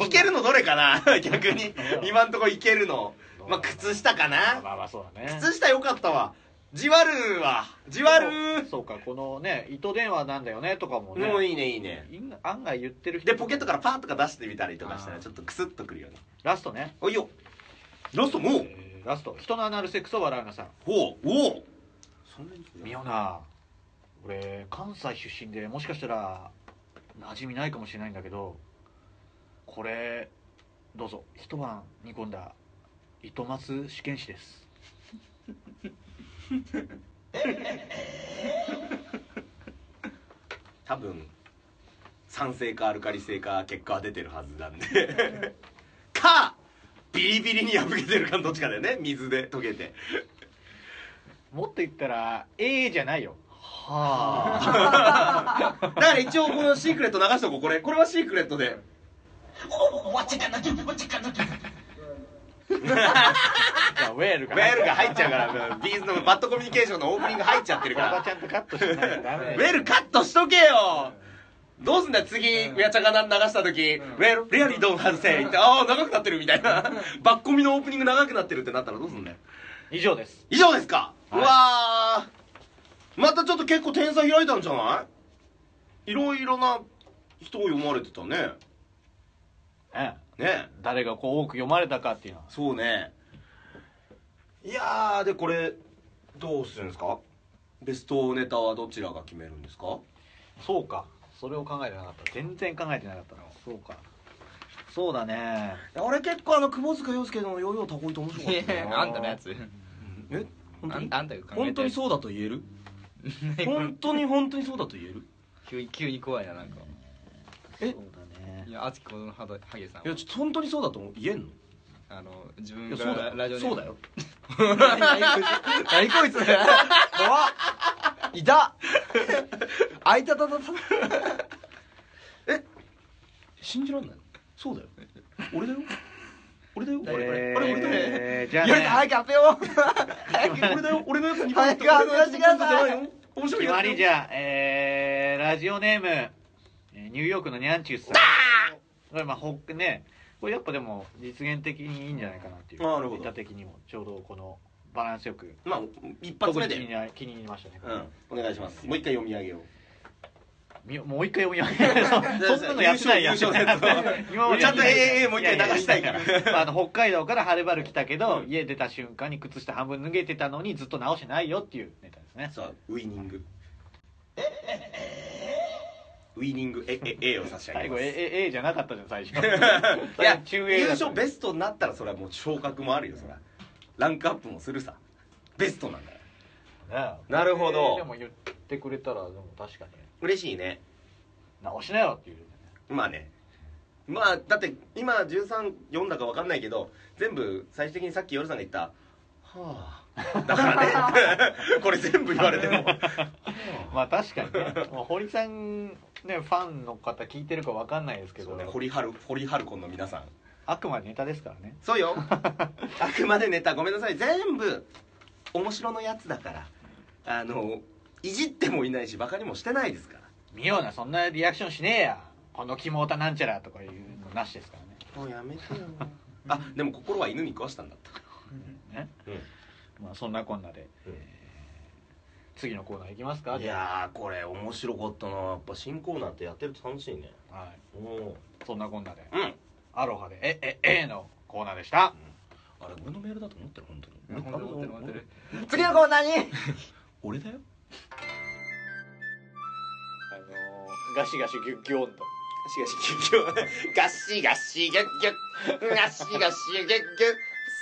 S2: いけるのどれかな逆に今んとこいけるのまあ靴下か
S3: まあ
S2: な
S3: まあまあそうだね
S2: 靴下よかったわじわるはじわる
S3: そうかこのね糸電話なんだよねとかもね
S2: もういいねいいね
S3: いん案外言ってる人
S2: でポケットからパーとか出してみたりとかしたら
S3: あー
S2: ちょっとクスッとくるよね
S3: ラストね
S2: おいよラストもう
S3: えーラスト人のアナルセックスを笑うなさん
S2: おうおうそんなに
S3: ミオナ俺関西出身でもしかしたら馴染みないかもしれないんだけどこれどうぞ一晩煮込んだ糸松試験紙です
S2: 多分酸性かアルカリ性か結果は出てるはずなん でかビリビリに破けてるかどっちかだよね水で溶けて
S3: もっと言ったら A じゃないよ
S2: はあ だから一応このシークレット流しとこうこれこれはシークレット で
S4: What you gonna do? What you gonna do?
S3: いやウェール
S2: ウ
S3: が
S2: ェルが入っちゃうからビーズのバッドコミュニケーションのオープニング入っちゃってるか
S3: おば
S2: ら
S3: ちゃんとカットしてないとダメだ
S2: ウ
S3: よ
S2: ェルカットしとけよどうすんだよ次、うやちゃが流した時、ウェル、レアリードンハルセイって、ああ、長くなってるみたいな。バッコミのオープニング長くなってるってなったらどうすんだよ。
S3: 以上です
S2: 以上ですか、
S3: はいう
S2: わーまたちょっと結構点差開いたんじゃないいろいろな人を読まれてたね
S3: え
S2: ね
S3: え誰がこう多く読まれたかっていうのは
S2: そうねいやーでこれどうするんですかベストネタはどちらが決めるんですか
S3: そうかそれを考えてなかった全然考えてなかったなそうかそうだね
S2: 俺結構あの窪塚洋介のヨーヨータコイト面
S6: い やあんたのやつ
S2: え
S6: あんあんたが考えたやつ
S2: 本当にそうだと言える本当に本当にそうだと言える
S6: 急に急に怖いななんか
S2: え
S3: そうだね
S6: いや熱き子のハドハゲさんはい
S2: やちょっと本当にそうだと思う言えんの
S6: あの自
S2: い
S6: 分
S2: やそうだ
S6: がラジ
S2: よ
S6: オ
S2: そうだよ
S6: 何こいつ怖 っいたあいたたたた
S2: 信じらんないのそうだよ俺だよ俺だよ俺
S3: えー
S2: 俺俺だよ
S3: じゃあ
S6: いや
S3: ね
S6: 早く発表を
S2: 早く俺だよ俺のやつに
S6: 早く発表してください
S2: 面白い
S3: 決
S2: やつ
S3: まりじゃあえー、ラジオネームえーニューヨークのニャンチュースさんこれまあほっねこれやっぱでも実現的にいいんじゃないかなっていう
S2: あなるほど
S3: ネタ的にもちょうどこのバランスよく
S2: まあ一発目
S3: 特に気に
S2: で
S3: 入り気に入りましたね、
S2: うんお願いしますもう一回読み上げよう
S3: みもう一回読み上 げそそんなのやってないや
S2: 優勝のやつを
S3: 今まで
S2: ちゃんと AAA もう一回流したいから
S3: やややまああの北海道からはるばる来たけど、家出た瞬間に靴下半分脱げてたのにずっと直してないよっていうネタですね
S2: さあウイニングウイニングええ A を差し上げ
S3: 最
S2: ま
S3: 後
S2: す
S3: A, A じゃなかったじゃん最 初
S2: いや
S3: 中 A
S2: 優
S3: だった
S2: 勝ベストになったらそれはもう昇格もあるよそれはランクアップもするさベストなんだよなるほど
S3: でも言ってくれたらでも確かに
S2: 嬉しいね
S3: 直しなよっていう
S2: まあねまあだって今13読んだか分かんないけど全部最終的にさっき夜さんが言った「はあ」だからね これ全部言われても
S3: まあ確かにね もう堀さんねファンの方聞いてるかわかんないですけ
S2: そ
S3: ど、
S2: うね堀春堀春子の皆さん
S3: あくまでネタですからね
S2: そうよ あくまでネタごめんなさい全部面白のやつだからあのいじってもいないしバカにもしてないですから
S3: 見ようなそんなリアクションしねえやこの肝タなんちゃらとかいうのなしですからね
S2: もうやめてよ あでも心は犬に食わしたんだった
S3: ね、まあそんなこんなで、
S2: うん
S3: えー次のコーナーいきますか
S2: いやーこれ面白かったなやっぱ新コーナーってやってると楽しいね
S3: じゃあはい、
S2: おお
S3: そんなこんなで
S2: うん
S3: 「アロハでええええ」のコーナーでした
S2: あれ俺のメールだと思ってる本当に
S6: 待ってる待ってる
S4: 次のコーナーに
S2: 俺だよ
S3: あのーガシガシギュッギョンと
S2: しかし結局
S4: ガッシガッシギュッギュッガッシガッシギュッギュッ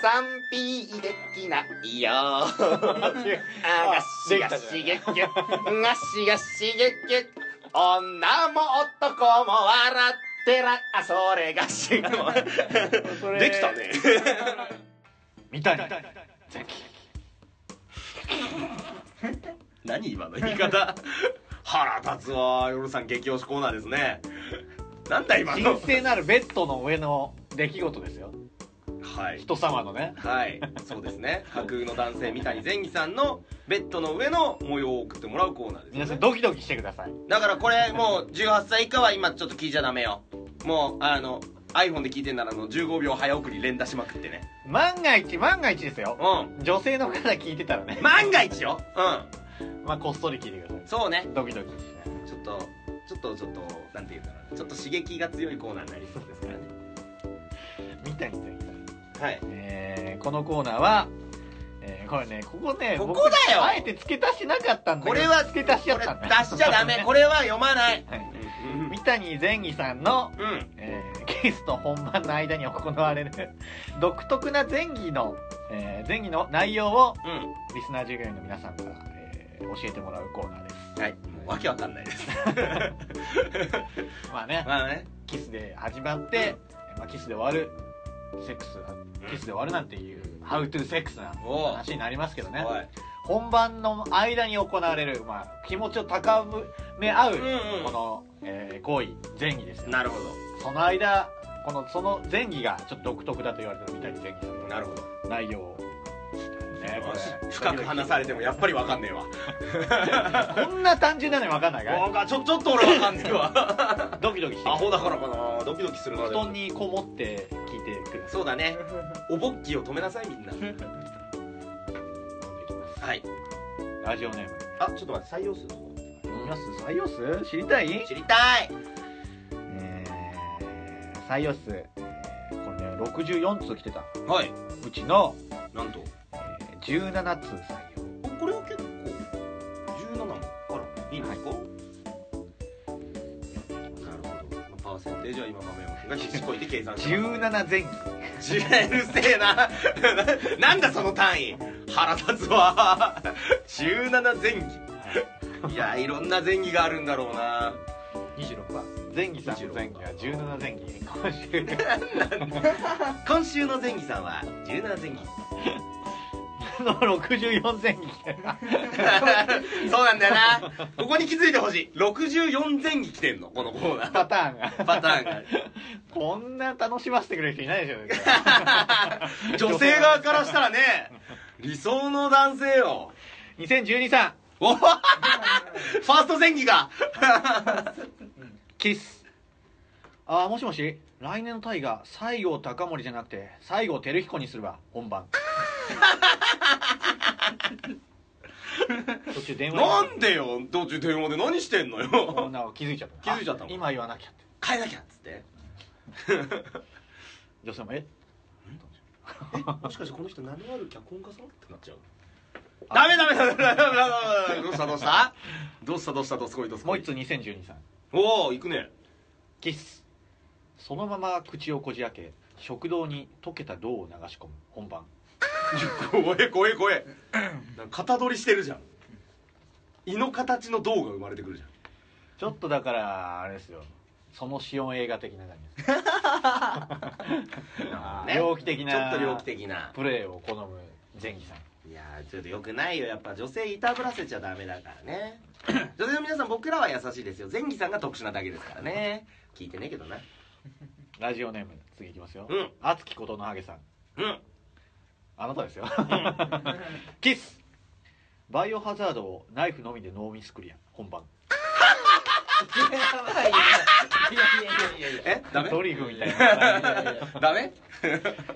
S4: 賛否できない よあガッシガッシギュッギュッガッシガッシギュッギュッ女も男も笑ってらあそれガッシガッ
S2: できたね
S3: みたいな
S2: 何今の言い方腹立つわ夜さん激推しコーナーですねなんだ今の
S3: 神聖なるベッドの上の出来事ですよ
S2: はい
S3: 人様のね
S2: はいそうですね架空の男性三谷善義さんのベッドの上の模様を送ってもらうコーナーです、ね、
S3: 皆さんドキドキしてください
S2: だからこれもう18歳以下は今ちょっと聞いちゃダメよもうあの iPhone で聞いてんならあの15秒早送り連打しまくってね
S3: 万が一万が一ですよ
S2: う
S3: 女性の方聞いてたらね
S2: ん万が一よう
S3: まあこっそり聞いてくださ
S2: んそうね
S3: いドキドキしない
S2: ちょっとちょっとちょっとなんて言うかなちょっと刺激が強いコーナーになりそうですからね
S3: みたいに
S2: はい
S3: えーこのコーナーは、えーこれねここね
S2: ここ
S3: 僕
S2: だよ
S3: あえて付け足しなかったんだけ
S2: こ
S3: ど
S2: れは
S3: 付け足し
S2: こ
S3: やっ
S2: れ
S3: たんだ
S2: 出しちゃダ メこれは読まない
S3: はい
S2: うん
S3: 三谷善義さんの、
S2: うん
S3: えーケースと本番の間に行われる独特な前儀の、えー前儀の内容をリスナー従業員の皆さんから、えー教えてもらうコーナーです
S2: はいもうわけわかんないです
S3: まあね、
S2: まあね
S3: キスで始まって、まあ、キスで終わるセックスキスで終わるなんていうハウトゥーセックスな
S2: おう
S3: 話になりますけどね
S2: はい
S3: 本番の間に行われる、まあ、気持ちを高め合う、
S2: んうん
S3: この、えー行為前儀ですよ
S2: なるほ
S3: その間このその前儀がちょっと独特だと言われてるみたいに前儀
S2: どなるほど
S3: の内容を、ねこれ
S2: 深く話されてもやっぱりわかんねえわ
S3: こんな単純なのに分かん ないから
S2: なんかちょちょっと俺わかんねえわ
S3: ドキドキして
S2: アホだからかなドキドキするな
S3: 布
S2: でも
S3: 団にこもって聞いてくる
S2: そうだ ねおぼっきを止めなさいみん なはい
S3: ラジオネーム
S2: あちょっと待って採用数
S3: 読みます採用数知りたい
S2: 知りたい
S3: えー採用数、えーこれね64通来てた
S2: はいう
S3: ちの、
S2: なんと
S3: えー17通採
S2: これは結構17からいいんですか、なるほど、まあ、パーセンテージは今豆 山君が必死こいて計算して
S3: 用
S2: ます
S3: 17前期
S2: 17うるせえな なんだその単位腹立つわ 17前儀いやいろんな前儀があるんだろうな
S3: 26番前期さんの前期は17前期今週
S2: 今週の前儀さんは17前儀
S3: の64前期
S2: そうなんだよなここに気づいてほしい64前儀来てんのこのコーナー
S3: パターン が
S2: パターンが
S3: こんな楽しませてくれる人いないでしょ
S2: 女性側からしたらね理想の男性よ
S3: 2012さん
S2: おファースト前儀が
S3: キスああもしもし来年のタイが西郷隆盛じゃなくて西郷輝彦にするわ本番途中電話
S2: なんでよ途中電話で何してんのよ
S3: 女を気づいちゃっ
S2: 気
S3: た
S2: づいちゃったの
S3: あ今言わなきゃって
S2: 変えなきゃっつ って
S3: 女性もえ
S2: もしかしてこの人何のある脚本家さんってなっちゃうダメダメダメダメダメダメどうしたどうしたどうしたどうしたどうすこいどす
S3: も
S2: こ
S3: う
S2: い
S3: 一つ2012さん
S2: おお行くね
S3: キスそのまま口をこじ開け食道に溶けた銅を流し込む本番
S2: 怖え怖え怖えなんか型取りしてるじゃん胃の形の銅が生まれてくるじゃん
S3: ちょっとだからあれですよそのシオン映画的な感じです あー猟奇的な
S2: ちょっと猟奇的な
S3: プレーを好む前儀さん
S2: いやーちょっとよくないよやっぱ女性いたぶらせちゃダメだから ね女性の皆さん僕らは優しいですよ前儀さんが特殊なだけですからね聞いてねえけどな
S3: ラジオネーム次いきますよ
S2: うん
S3: 熱きことのハゲさん
S2: うん
S3: あなたですよ キスバイオハザードをナイフのみでノーミスクリア本番
S2: えダメ
S3: ドリフみたい な
S2: ダメ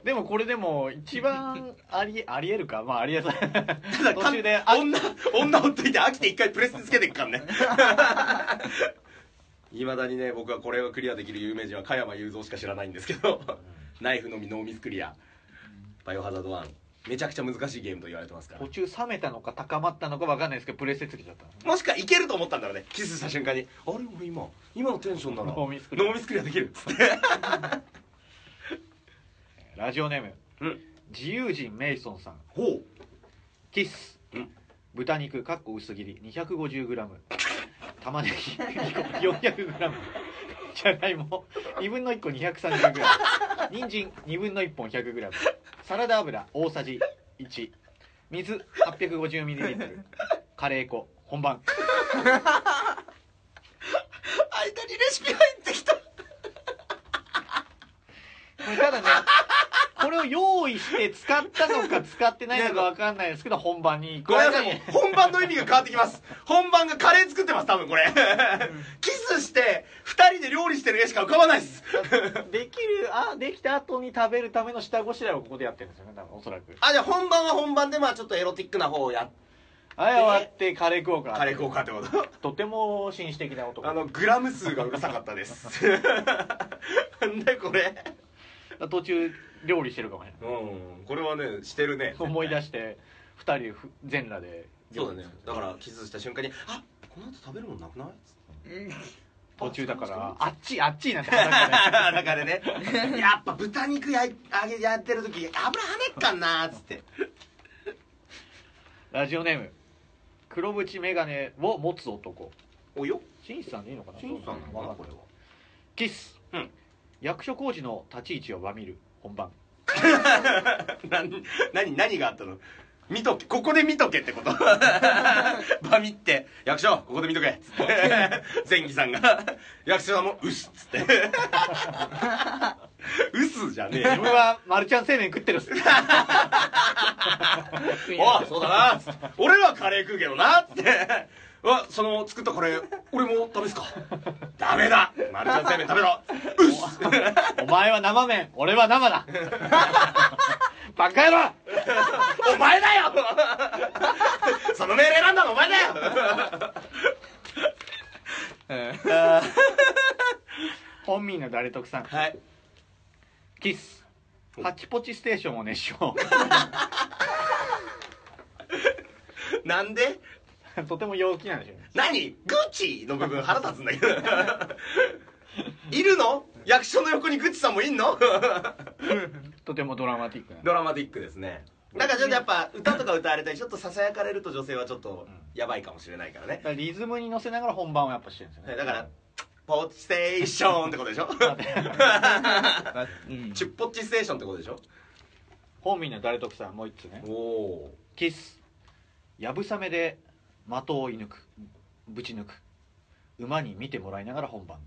S3: でもこれでも一番ありありえるかまああり えさ
S2: だ
S3: 途中であ
S2: 女女ほっといて飽きて一回プレスつけてっから ねいまだにね僕はこれをクリアできる有名人は加山雄三しか知らないんですけどナイフのみノーミスクリアバイオハザード1めちゃくちゃ難しいゲームと言われてますから
S3: 途中冷めたのか高まったのか分かんないですけどプレステつけちゃった
S2: もしくはいけると思ったんだろうねキスした瞬間にあれ俺今今のテンションなら
S3: ノーミスクリア
S2: ノーミスクリアできるっつって
S3: ラジオネーム、
S2: うん
S3: 自由人メイソンさん
S2: ほう
S3: キス、
S2: うん
S3: 豚肉かっこ薄切り 250g 玉ねぎ 400g じゃがいも2分の1個 230g 人参2分の1本 100g サラダ油大さじ1水 850ml カレー粉本番
S2: 間にレシピ入ってきた
S3: これただねこれを用意して使ったのか使ってないのかわかんないですけど本番に行く
S2: ごめんなさいもう本番の意味が変わってきます本番がカレー作ってます多分これキスして2人で料理してる絵しか浮かばないっす
S3: できるあできた後に食べるための下ごしらえをここでやってるんですよね多分おそらく
S2: あじゃあ本番は本番でまあちょっとエロティックな方をやっ
S3: はい終わってカレー食おうか
S2: カレー効果ってこと
S3: とても紳士的な 男
S2: あのグラム数がうるさかったですなんだよこれ
S3: 途中料理してるかもし れない
S2: うんこれはねしてるね
S3: 思い出して2人ふ全裸で
S2: そうだねだからキスした瞬間に「あこの後食べるもんなくない?」っつって
S3: 途中だからあっちあっちなんて話じゃ ない
S2: だからね やっぱ豚肉やい揚げやってる時油はねっかんなっつって
S3: ラジオネーム黒縁眼鏡を持つ男
S2: およ
S3: しんいちさんでいいのかな
S2: しんいちさんなのかな
S3: わ
S2: これは
S3: キス、
S2: うん
S3: 役所工事の立ち位置をバミる本番
S2: 何何何があったの見とけここで見とけってこと バミって役所ここで見とけっ つって前儀さんが役所さんも「うっす」っつ って「うす」じゃねえ
S3: 自
S2: よ
S3: 分はマルちゃん製麺食ってる っす
S2: おいそうだなっつって俺らはカレー食うけどなっつってわその作ったカレー俺も食べ っすかダメだマルちゃん製麺食べろうっす
S3: お前は生麺俺は 生だバカ野郎
S2: お前だよその命令なんだのお前だよ
S3: 本民の誰得さん
S2: はい
S3: キスハチポチステーションを熱唱
S2: なんで
S3: とても陽気なんでしょうね
S2: 何グッチの部分腹立つんだけどいるの役所の横にグッチさんもいんの
S3: とてもドラマティックな
S2: ドラマティックですねなんかちょっとやっぱ歌とか歌われたりちょっとささやかれると女性はちょっとやばいかもしれないからね
S3: だからリズムに乗せながら本番をやっぱしてるんですよね
S2: だからポッチステーションってことでし ょ
S6: うん
S2: チュッポッチステーションってことでしょ
S3: 本民の誰得さんもう一つね
S2: おお
S3: キスやぶさめで的を射抜くぶち抜く馬に見てもらいながら本番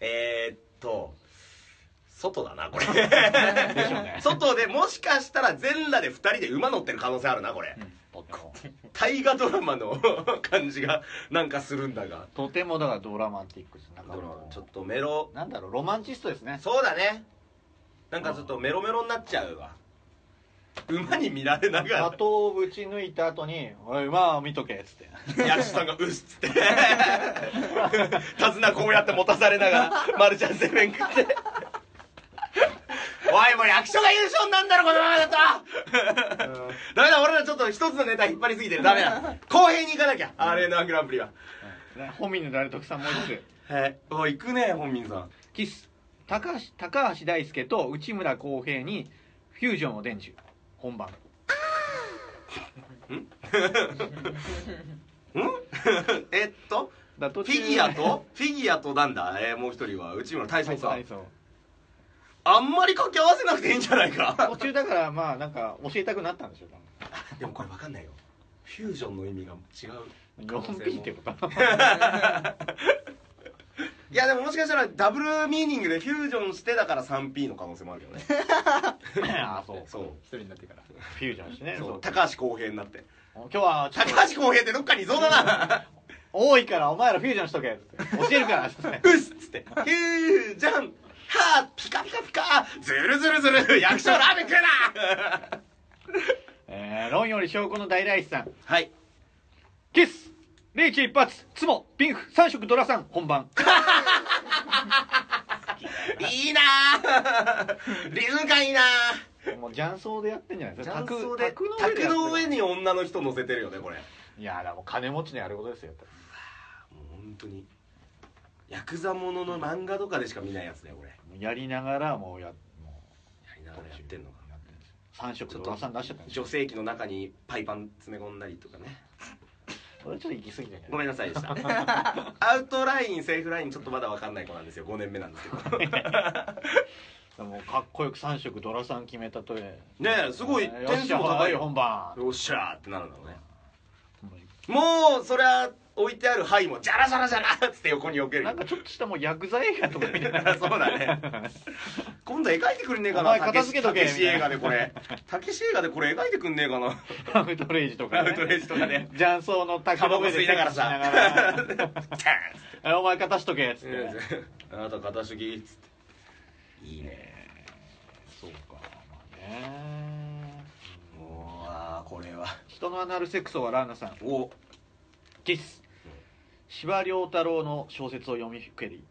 S2: えー、っと外だ なこれ
S3: でしょう ね
S2: 外でもしかしたら全裸で2人で馬乗ってる可能性あるなこれ
S3: とても
S2: 大河ドラマの感じがなんかするんだが
S3: とてもだからドラマティックですなんか
S2: ドラマ
S3: もう
S2: ちょっとメロ
S3: なんだろうロマンチストですね
S2: そうだねなんかちょっとメロメロになっちゃうわ馬に見られなが
S3: 的をぶち抜いた後に「おい馬を見とけ」っつって
S2: ら役所さんが「うっす」っつって手綱こうやって持たされながらマルちゃんセブン食っておいもう役所が優勝になんだろこのままだとダメだ俺らちょっと一つのネタ引っ張りすぎてるダメだ公平に行かなきゃ RN1 グランプリは
S3: 本民の誰得さんもう一つ
S2: はいおい行くね本民さん
S3: キス高橋高橋大輔と内村航平にフュージョンを伝授本番
S2: えっと
S3: だフ
S2: フィギュアとフィギュアとなんだ、えーもう一人は内村大将さん、
S3: はいそう
S2: あんまり掛け合わせなくていいんじゃないか
S3: 途中だからまあなんか教えたくなったんでしょう
S2: でもこれ分かんないよフュージョンの意味が違う
S3: 多分 4P ってこと
S2: いやでももしかしたらダブルミーニングでフュージョンしてだから 3P の可能性もあるよね
S3: ああそう
S2: そう
S6: 一人になってから
S3: フュージョンしてね
S2: そ
S3: そう
S2: う高橋浩平になって
S3: 今日はちょっ
S2: 高
S3: と
S2: 橋浩平ってどっかにいそうだ な
S3: 多いからお前らフュージョンしとけっつって教えるからっつって
S2: うっすっつってフュージョンはあピカピカピカズルズルズル役所ラーメン食う な
S3: えー、論より証拠の大来さん
S2: はい
S3: キスリーチ一発ツモピンフ三色ドラさん 本番
S2: いい なあリズム感いいなあ
S3: もう雀荘でやってんじゃないですか
S2: 雀荘で
S3: 卓
S2: 卓の上
S3: やってる
S2: に女の人乗せてるよねこれ
S3: いやだもう金持ちのやることですよ
S2: もう本当にヤクザものの漫画とかでしか見ないやつだよこれや
S3: やりながらもうやも
S2: りながらやってんのか
S3: うやってるんですよ三色ドラさん出しちゃったんですよ
S2: 女性器の中にパイパン詰め込んだりとかね
S3: それちょっと行き過ぎたんじゃ
S2: ご
S3: ない
S2: めんなさいで したアウトラインセーフラインちょっとまだ分かんない子なんですよ5年目なんですけどね
S3: でもかっこよく三色ドラさん決めたとえ
S2: えすごい
S3: えー
S2: テンションも高い
S3: よっしゃはい本
S2: よ
S3: 番
S2: よっしゃーってなるんだろうねもうそりゃ置いてある灰もジャラジャラジャラっつって横に避けるよ
S3: なんかちょっとしたもうヤクザ映画とかみた いな
S2: そうだ ね今度描いてくんねえか
S3: お
S2: な
S3: 前片付けとけ
S2: たけし映画でこれたけし映画でこれ描いてくんねえかな
S3: アウトレイジとか、
S2: アウトレイジとかね
S3: 雀荘の高
S2: タバコ
S3: の上
S2: 吸
S3: で
S2: いながらさ
S3: セックス しながら
S2: 「
S3: えお前片しとけっつって、
S2: あなた片主義」っつっていいね
S3: そうかまあね
S2: もうあーこれは
S3: 人のアナルセックスを笑うなさん
S2: お
S3: キス司馬遼太郎の小説を読みふけり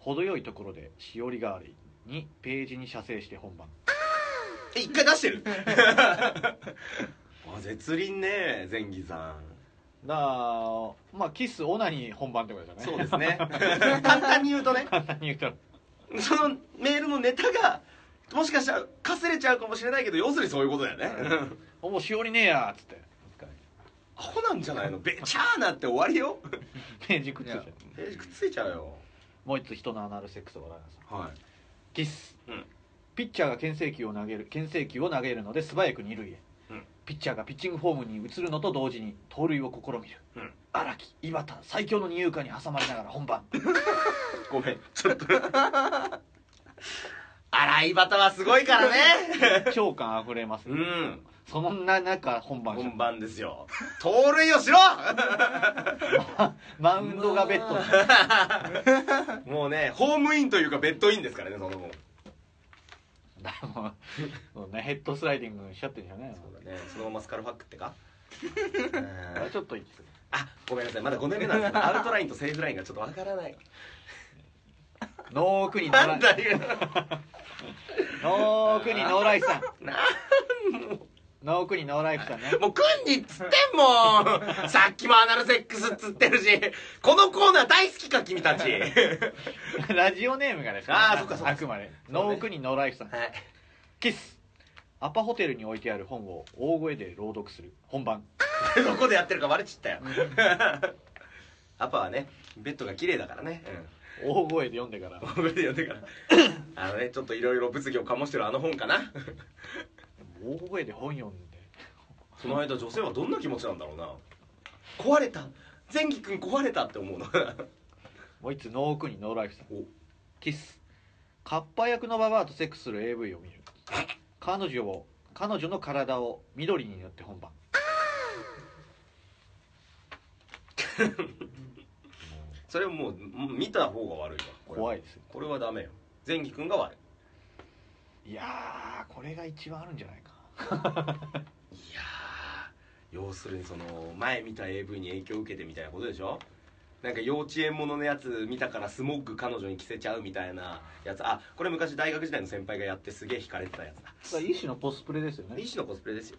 S3: 程よいところでしおりがあり2ページに写生して本番
S2: え一回出 してるあ絶倫ね前儀さん
S3: だからまあキスオナニー本番ってことです
S2: そ
S3: よ
S2: う
S3: ね
S2: ですね簡単に言うとね
S3: 簡単に言うと
S2: そのメールのネタがもしかしたらかすれちゃうかもしれないけど要するにそういうことだよね
S3: 「おもうしおりねえや」っつって
S2: アホなんじゃないのべちゃーなって終わりよ
S3: ページくっついちゃう
S2: ページくっついちゃうよ
S3: もう一つ人のアナルセックスを笑います
S2: は
S3: キス、
S2: うん
S3: ピッチャーが牽制球を投げる牽制球を投げるので素早く二塁へ、
S2: うん
S3: ピッチャーがピッチングフォームに移るのと同時に盗塁を試みる
S2: うん
S3: 荒、木岩田最強の二遊間に挟まれながら本番
S2: い ごめんちょっと洗いバタはすごいからね
S3: 超感あふれま す、
S2: うん
S3: そんな中本番
S2: 本番ですよ盗塁をし ろ
S3: マウンドがベッドになる
S2: もうねホームインというかベッドインですからねその分
S3: だからもうもうねヘッドスライディングしちゃってるんじゃないの
S2: そうだねそのままスカルファック ってか
S3: あれちょっといい
S2: あごめんなさいまだ5年目なんですけ どアウトラインとセーフラインがちょっとわからない
S3: ノークにノー
S2: なん
S3: ライ
S2: だよ
S3: ノークにノーライフさんノークにノーライフさんね
S2: もうくんにっつってんもんさっきもアナルセックスっつってるしこのコーナー大好きか君たち はい
S3: ラジオネームがです
S2: あーそっかそっか
S3: あくまでノークにノーライフさんキスアパホテルに置いてある本を大声で朗読する本番
S2: どこでやってるかバレち ったよアパはねベッドが綺麗だからね、
S3: 大声で読んでから
S2: うん、で読んでからあのねちょっといろいろ物議を醸してるあの本かな
S3: 大声で本読んで
S2: その間女性はどんな気持ちなんだろうな壊れた前儀君壊れたって思うの
S3: もう一つノークにノーライフさん
S2: お
S3: キスカッパ役のババアとセックスする AV を見る彼女を彼女の体を緑に塗って本番
S2: それもううん見た方が悪いわこれは
S3: 怖いですよ
S2: これはダメよ前儀君が悪い
S3: いやーこれが一番あるんじゃないか
S2: いやー要するにその前見た AV に影響を受けてみたいなことでしょなんか幼稚園もののやつ見たからスモッグ彼女に着せちゃうみたいなやつあこれ昔大学時代の先輩がやってすげえ惹かれてたやつだ
S3: だから一種のコスプレですよね
S2: 一種のコスプレですよ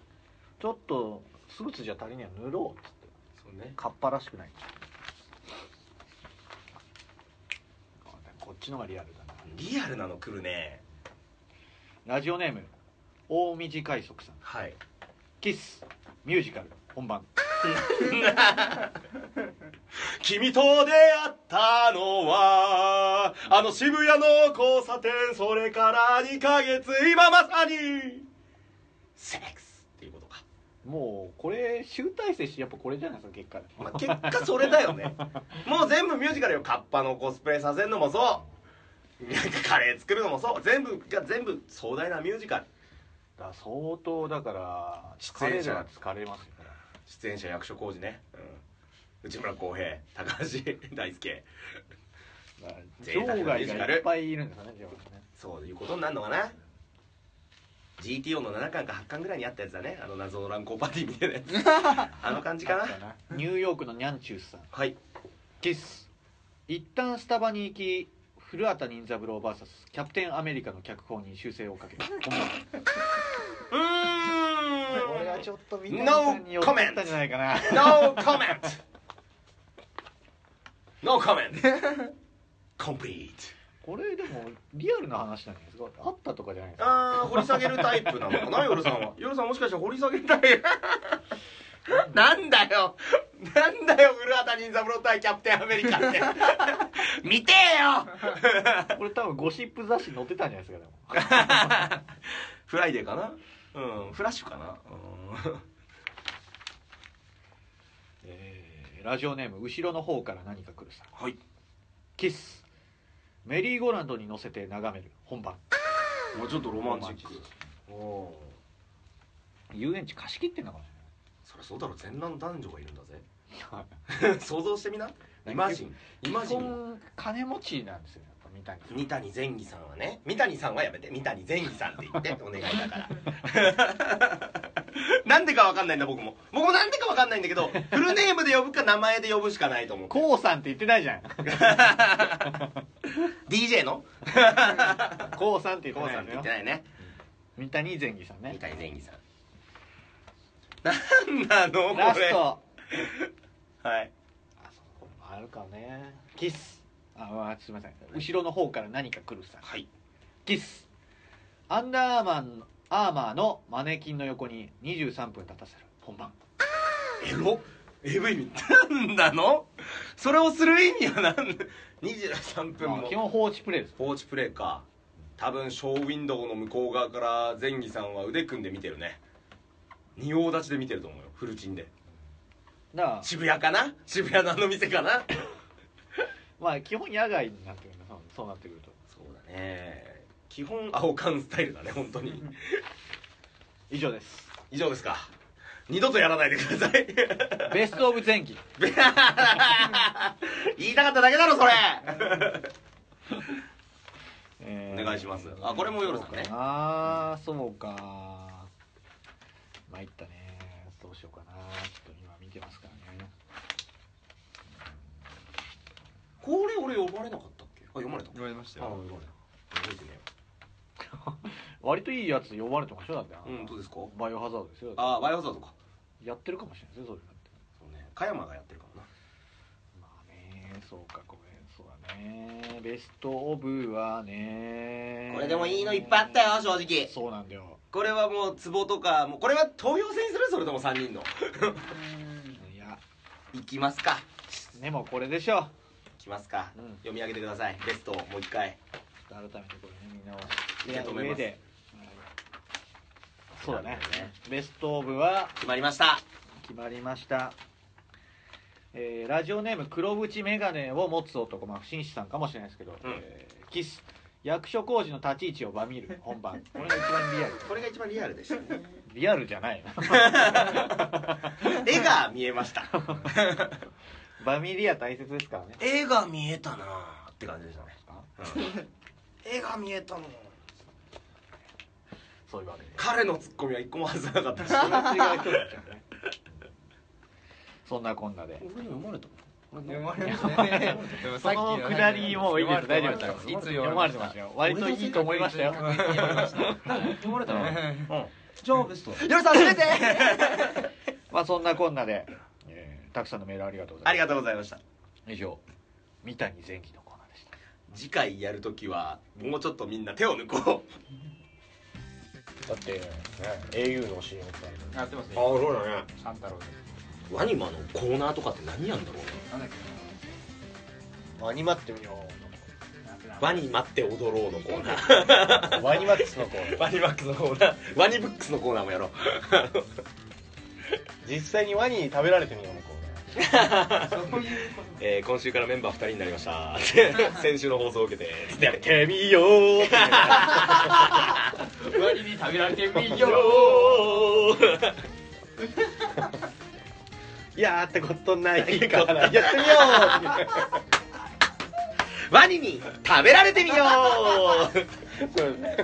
S3: ちょっとスーツじゃ足りねえ塗ろうっつって
S2: そうね
S3: カッパらしくないこっちのがリアルだな
S2: リアルなの来るね
S3: ラジオネーム大道快速さん
S2: はい
S3: キスミュージカル本番
S2: 君と出会ったのはあの渋谷の交差点それから2ヶ月今まさにセックスっていうことか、
S3: もうこれ集大成しやっぱこれじゃないですか結果で
S2: まあ、結果それだよねもう全部ミュージカルよカッパのコスプレさせるのもそうなんかカレー作るのもそう全部が全部壮大なミュージカル
S3: だから相当だから
S2: 出
S3: 疲れ
S2: 演
S3: る
S2: 者
S3: は疲れますよね
S2: 出演者役所広司ね、うん内村航平高橋大輔
S3: だから
S2: 贅沢な
S3: 場
S2: ミュー
S3: 外
S2: ジカ
S3: が
S2: ル
S3: いっぱいいるんですよねじゃあね
S2: そういうことになるのかな GTO の7巻か8巻ぐらいにあったやつだねあの謎の乱行パーティーみたいなや つあの感じかな
S3: あったなニューヨークのニャンチュースさん
S2: はい
S3: キス一旦スタバに行き古畑任三郎 VS キャプテンアメリカの脚本に修正をかける本番
S2: う
S3: これ
S2: ー
S3: は
S2: ん
S3: ちょっとみんなに寄ってたんじゃないかな
S2: No comment No comment Complete
S3: これでもリアルな話なんですかあったとかじゃないですか
S2: あー掘り下げるタイプなのかな夜さん は夜さんもしかして掘り下げるタイプ なんだよなんだよ古畑任三郎対キャプテンアメリカ って見てえよ
S3: これ多分ゴシップ雑誌載ってたんじゃないですかでも
S2: フライデーかなうんフラッシュかなうん
S3: えーラジオネーム後ろの方から何か来るさ
S2: はい
S3: キスメリーゴーランドに乗せて眺める本番
S2: もうちょっとロマンチッ
S3: ロマンチッ
S2: クおお
S3: 遊園地貸し切ってんのかもし
S2: そりゃそうだろ全裸の男女がいるんだ
S3: れない
S2: ぜ 想像してみなイマジンイマ
S3: 基
S2: ジン
S3: 本金持ちなんですよやっぱ見たい
S2: 三谷前儀 さんはね三谷さんはやめて三谷前儀さんって言ってお願いだから なんでかわかんないんだ僕も僕もなんでかわかんないんだけどフルネームで呼ぶか名前で呼ぶしかないと思って
S3: こうさんって言ってないじゃん
S2: DJ の
S3: こうさんって
S2: こ
S3: 言
S2: う
S3: って
S2: さん
S3: な
S2: って言
S3: いのよ
S2: ってないね
S3: 三谷前儀さんね
S2: 三谷善義さんなんなのこれ
S3: ラスト
S2: はい
S3: あるかねキスあ、まあ、すいません後ろの方から何か来るさ
S2: はい
S3: キスアンダーマンアーマーのマネキンの横に23分立たせる本番
S2: エロエブ意味なんなのそれをする意味は何23分
S3: まあ
S2: も
S3: 基本放置プレイです
S2: 放置プレイか多分ショーウィンドウの向こう側から前儀さんは腕組んで見てるね仁王立ちで見てると思うよフルチンで
S3: だから
S2: 渋谷かな渋谷のあの店かな
S3: まあ基本野外になってくるんだそうそうなってくると
S2: そうだね基本青缶スタイルだね本当に
S3: 以上です
S2: 以上ですか二度とやらないでください
S3: ベストオブ前期
S2: 言いたかっただけだろそれ
S3: お
S2: お願いしますあこれも夜さんね
S3: ああそうか参ったねどうしようかなちょっと今見てますからね
S2: これ俺呼ばれなかったっけあ読まれた
S6: 言われました
S2: あ
S6: よ
S2: 呼ばれた覚えてね
S3: 割といいやつ呼ばれてましただって
S2: えようんどうですか
S3: バイオハザードですよ
S2: あバイオハザードか
S3: やってるかもしれないですよそれだって
S2: そうね加山がやってるかもな
S3: まあねそうかこれそうだねベストオブはね
S2: これでもいいのいっぱいあったよ正直
S3: そうなんだよ
S2: これはもう壺とかもうこれは投票制にするそれとも3人の
S3: いや
S2: いきますか
S3: でもこれでしょ
S2: いきますか、
S3: うん
S2: 読み上げてくださいベストをもう一回
S3: ちょっと改めてこれねみんなを
S2: 受け止めます
S3: でそうだね
S2: なるほどね
S3: ベストオブは
S2: 決まりました
S3: 決まりました、えーラジオネーム黒縁眼鏡を持つ男、まあ、紳士さんかもしれないですけど、えーキス役所工事の立ち位置をバミる本番 これが一番リアル
S2: これが一番リアルでしたね
S3: リアルじゃない な
S2: 絵が見えました
S3: バミリア大切ですからね
S2: 絵が見えたなーって感じでしたね、うん、絵が見えたの
S3: そういうわけで
S2: 彼のツッコミは一個も外さなか ったし
S3: それは違う人になっちゃうね そんなこんなで
S2: 俺に読まれたの
S6: 読まれましたねでもさっ
S3: そ
S6: き
S3: のくだりもういいです大丈夫です
S6: いつ
S3: 読まれてましたよ割といいと思いました よ
S6: 読まれたのうん
S2: じゃあベスト
S6: 夜さん閉めて
S3: まあそんなこんなで、えーたくさんのメールありがとうござ
S2: あ
S3: い
S2: り
S3: ま
S2: がとうございました
S3: す以上三谷前期のコーナーでした
S2: 次回やるときはもうちょっとみんな手を抜こう
S3: だって、au の CM って
S6: やってますね
S2: そうだね
S6: 三太郎です
S2: ワニマのコーナーとかって何やんだろうね
S6: なんだっけ
S3: ワニマってみよ
S2: ワニ待って踊ろうのコーナー
S3: うワニマックスのコーナー
S2: ワニマックスのコーナーワニブックスのコーナーもやろう
S3: 実際にワニに食べられてみようのコーナ
S6: そういうこ
S2: えー今週からメンバー2人になりました 先週の放送を受けてつってやめてみよ
S6: と割に食べられてみ
S2: う
S6: よ
S2: よ
S3: ーいやーってことない
S2: いかな
S3: やってみよ
S2: ワニに食べられてみよう
S3: うそうですね